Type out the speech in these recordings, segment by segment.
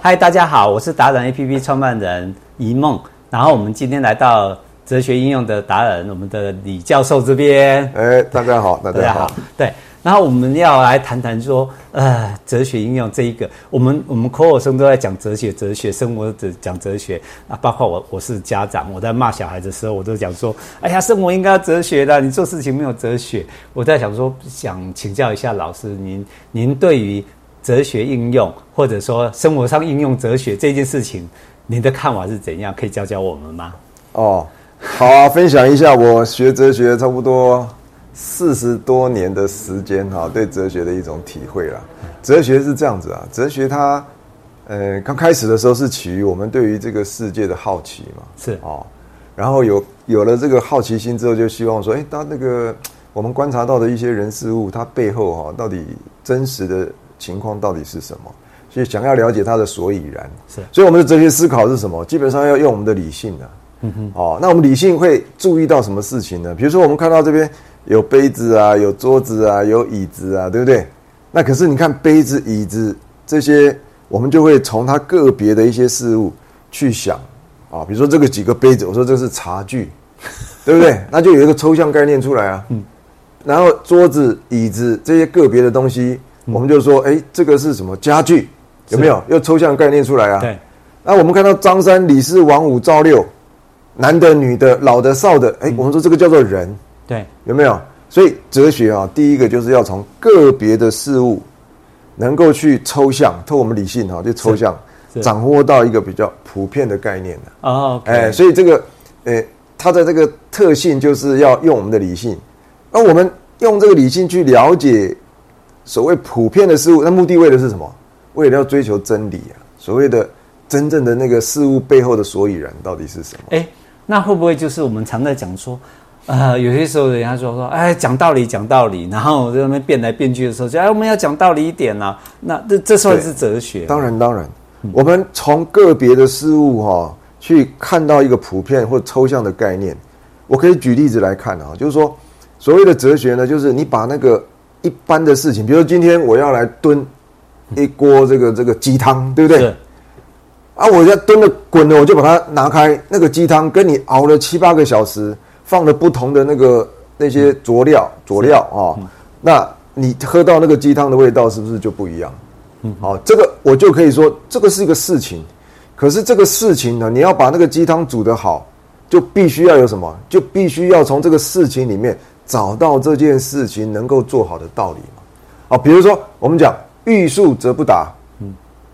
嗨，大家好，我是达人 APP 创办人一梦。然后我们今天来到哲学应用的达人，我们的李教授这边。哎，大家好，大家好。对，然后我们要来谈谈说，呃，哲学应用这一个，我们我们口口声都在讲哲学，哲学生活者讲哲学啊，包括我我是家长，我在骂小孩的时候，我都讲说，哎呀，生活应该要哲学的，你做事情没有哲学。我在想说，想请教一下老师，您您对于哲学应用或者说生活上应用哲学这件事情，您的看法是怎样？可以教教我们吗？哦，好啊，分享一下我学哲学差不多四十多年的时间哈，对哲学的一种体会啦。哲学是这样子啊，哲学它呃刚开始的时候是起于我们对于这个世界的好奇嘛，是哦，然后有有了这个好奇心之后，就希望说，哎，当那个我们观察到的一些人事物，它背后哈、到底真实的情况到底是什么？所以想要了解它的所以然，是所以我们的哲学思考是什么？基本上要用我们的理性啊。嗯哼，哦，那我们理性会注意到什么事情呢？比如说我们看到这边有杯子啊，有桌子啊，有椅子啊，对不对？那可是你看杯子、椅子这些，我们就会从它个别的一些事物去想啊，比如说这个几个杯子，我说这是茶具， 对不对？那就有一个抽象概念出来啊。嗯。然后桌子、椅子这些个别的东西，嗯我们就说，哎，这个是什么家具？有没有？又抽象概念出来啊？对。那我们看到张三、李四、王五、赵六，男的、女的、老的、少的，嗯哎，我们说这个叫做人。对，有没有？所以哲学啊，第一个就是要从个别的事物能够去抽象，透过我们理性哈、啊，去抽象，是是掌握到一个比较普遍的概念的、哦，OK，哎、所以这个，哎、它的这个特性就是要用我们的理性，那我们用这个理性去了解所谓普遍的事物，那目的为的是什么？为了要追求真理啊，所谓的真正的那个事物背后的所以然到底是什么？哎，那会不会就是我们常在讲说，呃，有些时候人家说说，哎，讲道理讲道理，然后在那边变来变去的时候，就哎，我们要讲道理一点啦、啊那这这算是哲学，当然，当然，我们从个别的事物哈、去看到一个普遍或抽象的概念。我可以举例子来看啊，就是说，所谓的哲学呢，就是你把那个一般的事情，比如说今天我要来炖一锅这个这个鸡汤，对不对是？啊，我要炖的滚了，我就把它拿开，那个鸡汤跟你熬了七八个小时，放了不同的那个那些佐料佐料啊、那你喝到那个鸡汤的味道是不是就不一样？好、这个我就可以说，这个是一个事情。可是这个事情呢，你要把那个鸡汤煮得好，就必须要有什么？就必须要从这个事情里面找到这件事情能够做好的道理嘛。啊，比如说我们讲欲速则不达，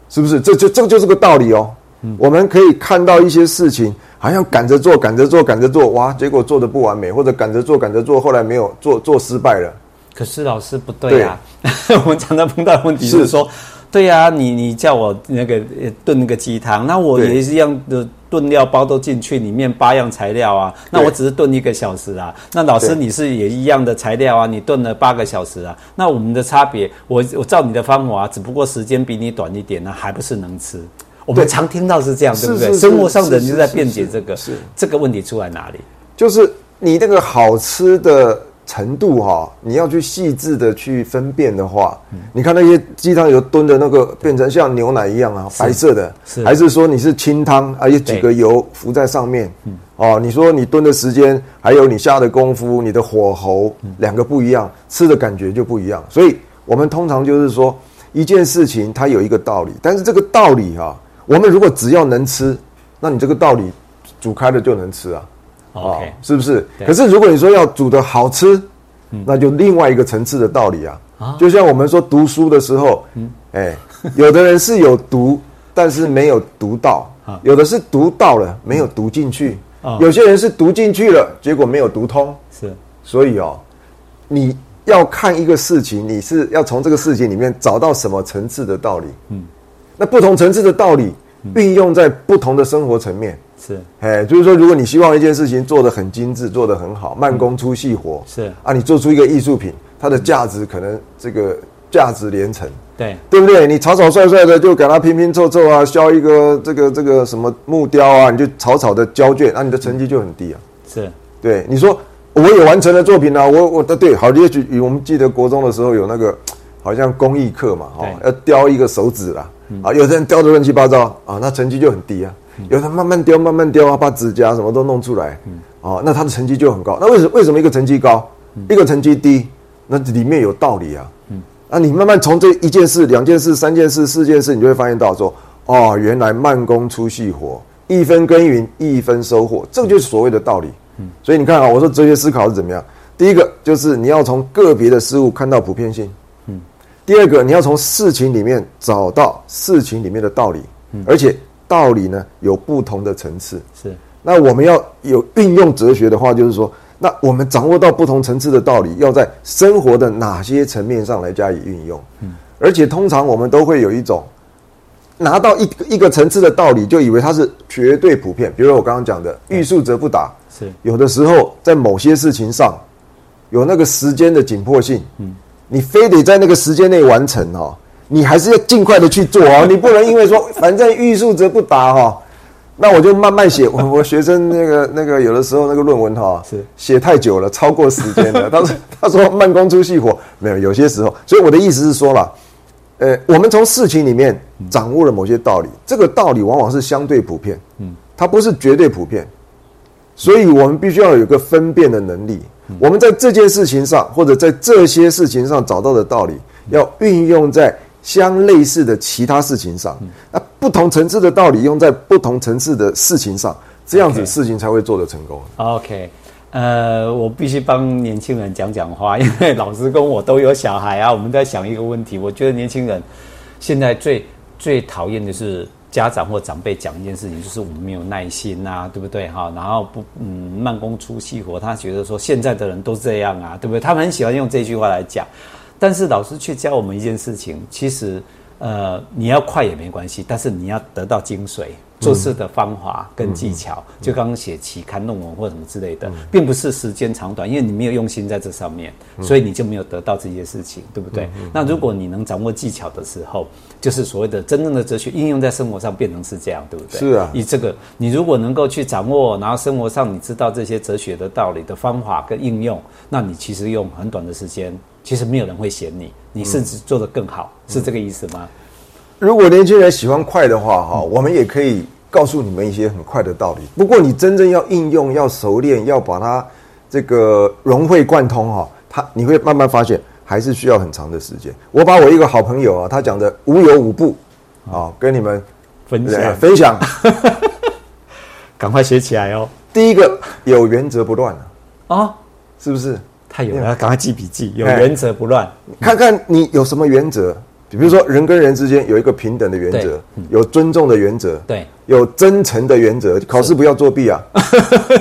是不是？这就这就是个道理哦。我们可以看到一些事情，好像赶着做、赶着做、赶着做，哇，结果做的不完美，或者赶着做、赶着做，后来没有做，做失败了。可是老师不对啊， 我们常常碰到的问题是是说，对呀、啊，你你叫我那个呃炖那个鸡汤，那我对也是一样的炖料包都进去，里面八样材料啊，那对我只是炖一个小时啊。那老师对你是也一样的材料啊，你炖了八个小时啊，那我们的差别，我我照你的方法、啊，只不过时间比你短一点那、啊还不是能吃？我们对常听到是这样，对不是对？是生活上是人是就在是辩是解是这个，是这个问题出在哪里？就是你那个好吃的程度哈、你要去细致的去分辨的话，你看那些鸡汤有炖的那个变成像牛奶一样啊，白色的，是还是说你是清汤，而且几个油浮在上面，哦，你说你炖的时间，还有你下的功夫，你的火候，嗯两个不一样，吃的感觉就不一样。所以我们通常就是说，一件事情它有一个道理，但是这个道理哈、我们如果只要能吃，那你这个道理煮开了就能吃啊。 OK 是不是？对嗯可是如果你说要煮的好吃，那就另外一个层次的道理啊。就像我们说读书的时候，嗯哎，有的人是有读，但是没有读到啊；有的是读到了，没有读进去啊；有些人是读进去了，结果没有读通。是所以哦，你要看一个事情，你是要从这个事情里面找到什么层次的道理。嗯，那不同层次的道理嗯运用在不同的生活层面。是哎，就是说，如果你希望一件事情做得很精致，做得很好，慢工出细活，嗯是啊，你做出一个艺术品，它的价值可能这个价值连城，对。对不对？你草草率率的就给它拼拼凑凑啊，削一个这个这个什么木雕啊，你就草草的交卷，那、你的成绩就很低啊。是对，你说我也完成了作品啊，我我的对，好，也许我们记得国中的时候有那个，好像公益课嘛，哈、对要雕一个手指啦，啊，有的人雕的乱七八糟啊，那成绩就很低啊。有的慢慢雕，慢慢雕啊，把指甲什么都弄出来，哦，那他的成绩就很高。那为什为什么一个成绩高，一个成绩低？那里面有道理啊。啊，你慢慢从这一件事、两件事、三件事、四件事，你就会发现到说，哦，原来慢工出细活，一分耕耘一分收获，这个就是所谓的道理。所以你看啊，我说哲学思考是怎么样？第一个就是你要从个别的事物看到普遍性，第二个，你要从事情里面找到事情里面的道理，而且道理呢有不同的层次。是那我们要有运用哲学的话，就是说，那我们掌握到不同层次的道理，要在生活的哪些层面上来加以运用？而且通常我们都会有一种拿到一个一个层次的道理，就以为它是绝对普遍。比如我刚刚讲的“欲速则不达”，是有的时候在某些事情上有那个时间的紧迫性，嗯，你非得在那个时间内完成哦，你还是要尽快的去做哦，你不能因为说反正欲速则不达哈、哦。那我就慢慢写，我我学生那个那个有的时候那个论文哈、是写太久了，超过时间了。他说他说慢工出细活，没有有些时候，所以我的意思是说啦，呃，我们从事情里面掌握了某些道理，这个道理往往是相对普遍，嗯，它不是绝对普遍，所以我们必须要有一个分辨的能力。我们在这件事情上，或者在这些事情上找到的道理，要运用在相类似的其他事情上。那不同层次的道理用在不同层次的事情上，这样子 OK 事情才会做得成功。啊 OK，呃，我必须帮年轻人讲讲话，因为老师跟我都有小孩啊，我们在想一个问题。我觉得年轻人现在最最讨厌的是家长或长辈讲一件事情，就是我们没有耐心啊，对不对哈？然后不嗯慢工出细活，他觉得说现在的人都这样啊，对不对？他们很喜欢用这句话来讲，但是老师却教我们一件事情，其实呃，你要快也没关系，但是你要得到精髓，做事的方法跟技巧，就刚刚写期刊论文或什么之类嗯的，并不是时间长短，因为你没有用心在这上面，所以你就没有得到这些事情，对不嗯对？那如果你能掌握技巧的时候，就是所谓的真正的哲学应用在生活上，变成是这样，对不对？是啊以这个，你如果能够去掌握，然后生活上你知道这些哲学的道理的方法跟应用，那你其实用很短的时间，其实没有人会嫌你，你甚至做得更好，是这个意思吗？如果年轻人喜欢快的话，哈、我们也可以告诉你们一些很快的道理。不过你真正要应用、要熟练、要把它这个融会贯通哈、它你会慢慢发现还是需要很长的时间。我把我一个好朋友啊，他讲的无有五步啊，跟你们分呃享，分享。赶快写起来哦！第一个有原则不乱啊，哦，是不是？太有了，赶快记笔记，有哎原则不乱，看看你有什么原则，比如说人跟人之间有一个平等的原则对，有尊重的原则，对有真诚的原则，考试不要作弊啊，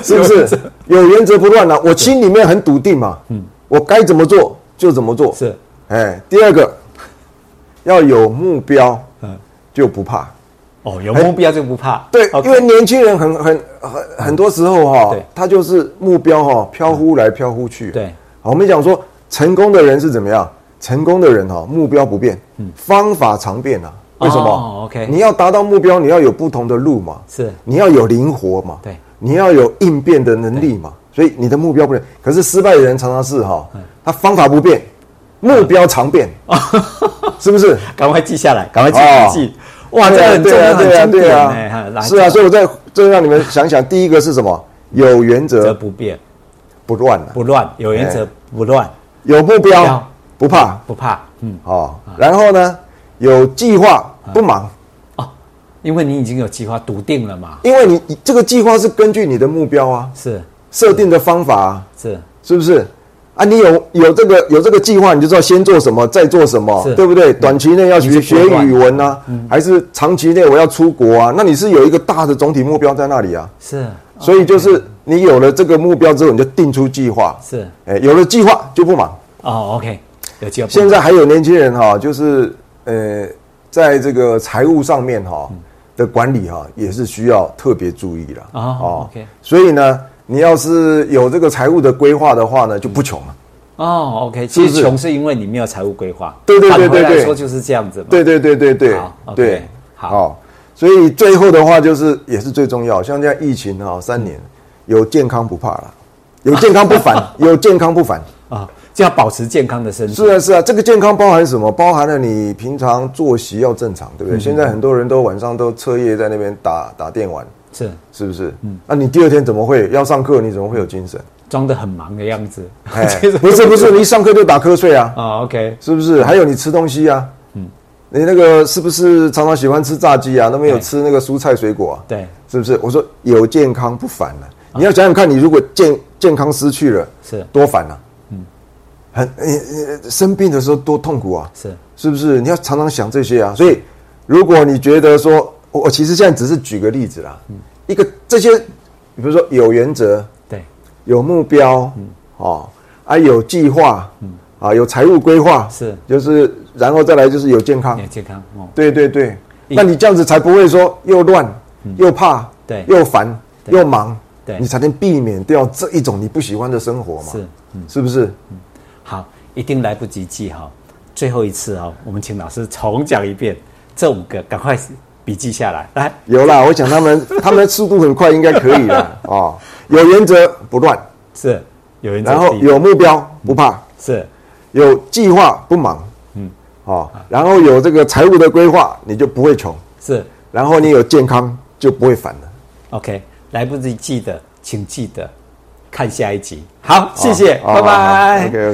是不是？有原则不乱啊，我心里面很笃定嘛，嗯，我该怎么做就怎么做，是，哎，第二个要有目标，嗯，就不怕，哦，有目标就不怕，对 OK 因为年轻人很很很很多时候哈、对嗯他就是目标哈、飘忽来飘忽去。对好，我们讲说成功的人是怎么样？成功的人哈、目标不变，方法常变啊。为什么、嗯哦，OK 你要达到目标，你要有不同的路嘛，是你要有灵活嘛，对你要有应变的能力嘛。所以你的目标不变，可是失败的人常常是哈、嗯他方法不变，目标 常变，是不是？哦赶快记下来，赶快记笔记。哇，这对个啊很重对要，很啊，对啊，经对典哎哈啊，来是啊，原所以我在这让你们想想，第一个是什么？有原则则不变，不乱啊，不乱，有原则不乱，有目目标标不怕不怕，嗯，哦，然后呢，有计划啊不忙，哦，因为你已经有计划笃定了嘛，因为你你这个计划是根据你的目标啊，是设定的方法啊，是是不是？啊，你有有这个有这个计划，你就知道先做什么，再做什么是，嗯对不对？短期内要学你是学不乱嗯语文啊，还是长期内我要出国啊？那你是有一个大的总体目标在那里啊。是所以就是你有了这个目标之后，你就定出计划。是哎、有了计划就不忙。哦，OK，有计划不现乱。在还有年轻人哈、就是呃，在这个财务上面哈、嗯的管理哈、也是需要特别注意了哦 OK 所以呢，你要是有这个财务的规划的话呢，就不穷了。哦，OK，不其是实穷是因为你没有财务规划，对对对反回来对对说就是这样子嘛，对对对对对好，OK，对，好哦所以最后的话就是也是最重要，像这样疫情嗯 哈、三年，有健康不怕了，有健康不烦，有健康不烦。啊，就要保持健康的身体。是啊，是啊，这个健康包含什么？包含了你平常作息要正常，对不对？现在很多人都晚上都彻夜在那边打打电玩，是是不是？嗯，那、你第二天怎么会要上课？你怎么会有精 神？装得很忙的样子， 哎其实不是不是，你一上课就打瞌睡啊，啊，OK，是不是？还有你吃东西啊，嗯，你那个是不是常常喜欢吃炸鸡啊？那没有对吃那个蔬菜水果啊？对，是不是？我说有健康不烦了、你要想想看，你如果健健康失去了，啊是多烦啊！嗯，很你你生病的时候多痛苦啊！是是不是？你要常常想这些啊。所以，如果你觉得说，我我其实现在只是举个例子啦，嗯一个这些，比如说有原则、对，有目标，嗯哦，啊有计划，啊有财务规划，是就是，然后再来就是有健康你，要健康哦，对对对，一那你这样子才不会说又乱、又怕、嗯对又烦、又忙，对你才能避免掉这一种你不喜欢的生活嘛，是，嗯是不是？好，一定来不及记哈。最后一次哈，我们请老师重讲一遍这五个，赶快笔记下来。来，有啦，我想他们 他们速度很快，应该可以啦。哦，有原则不乱，是有人在然后比有目标不怕，是有计划不忙，嗯，哦，然后有这个财务的规划，你就不会穷，是然后你有健康就不会烦了。 OK，来不及记得，请记得看下一集。好，谢谢，哦拜拜。 OK OK。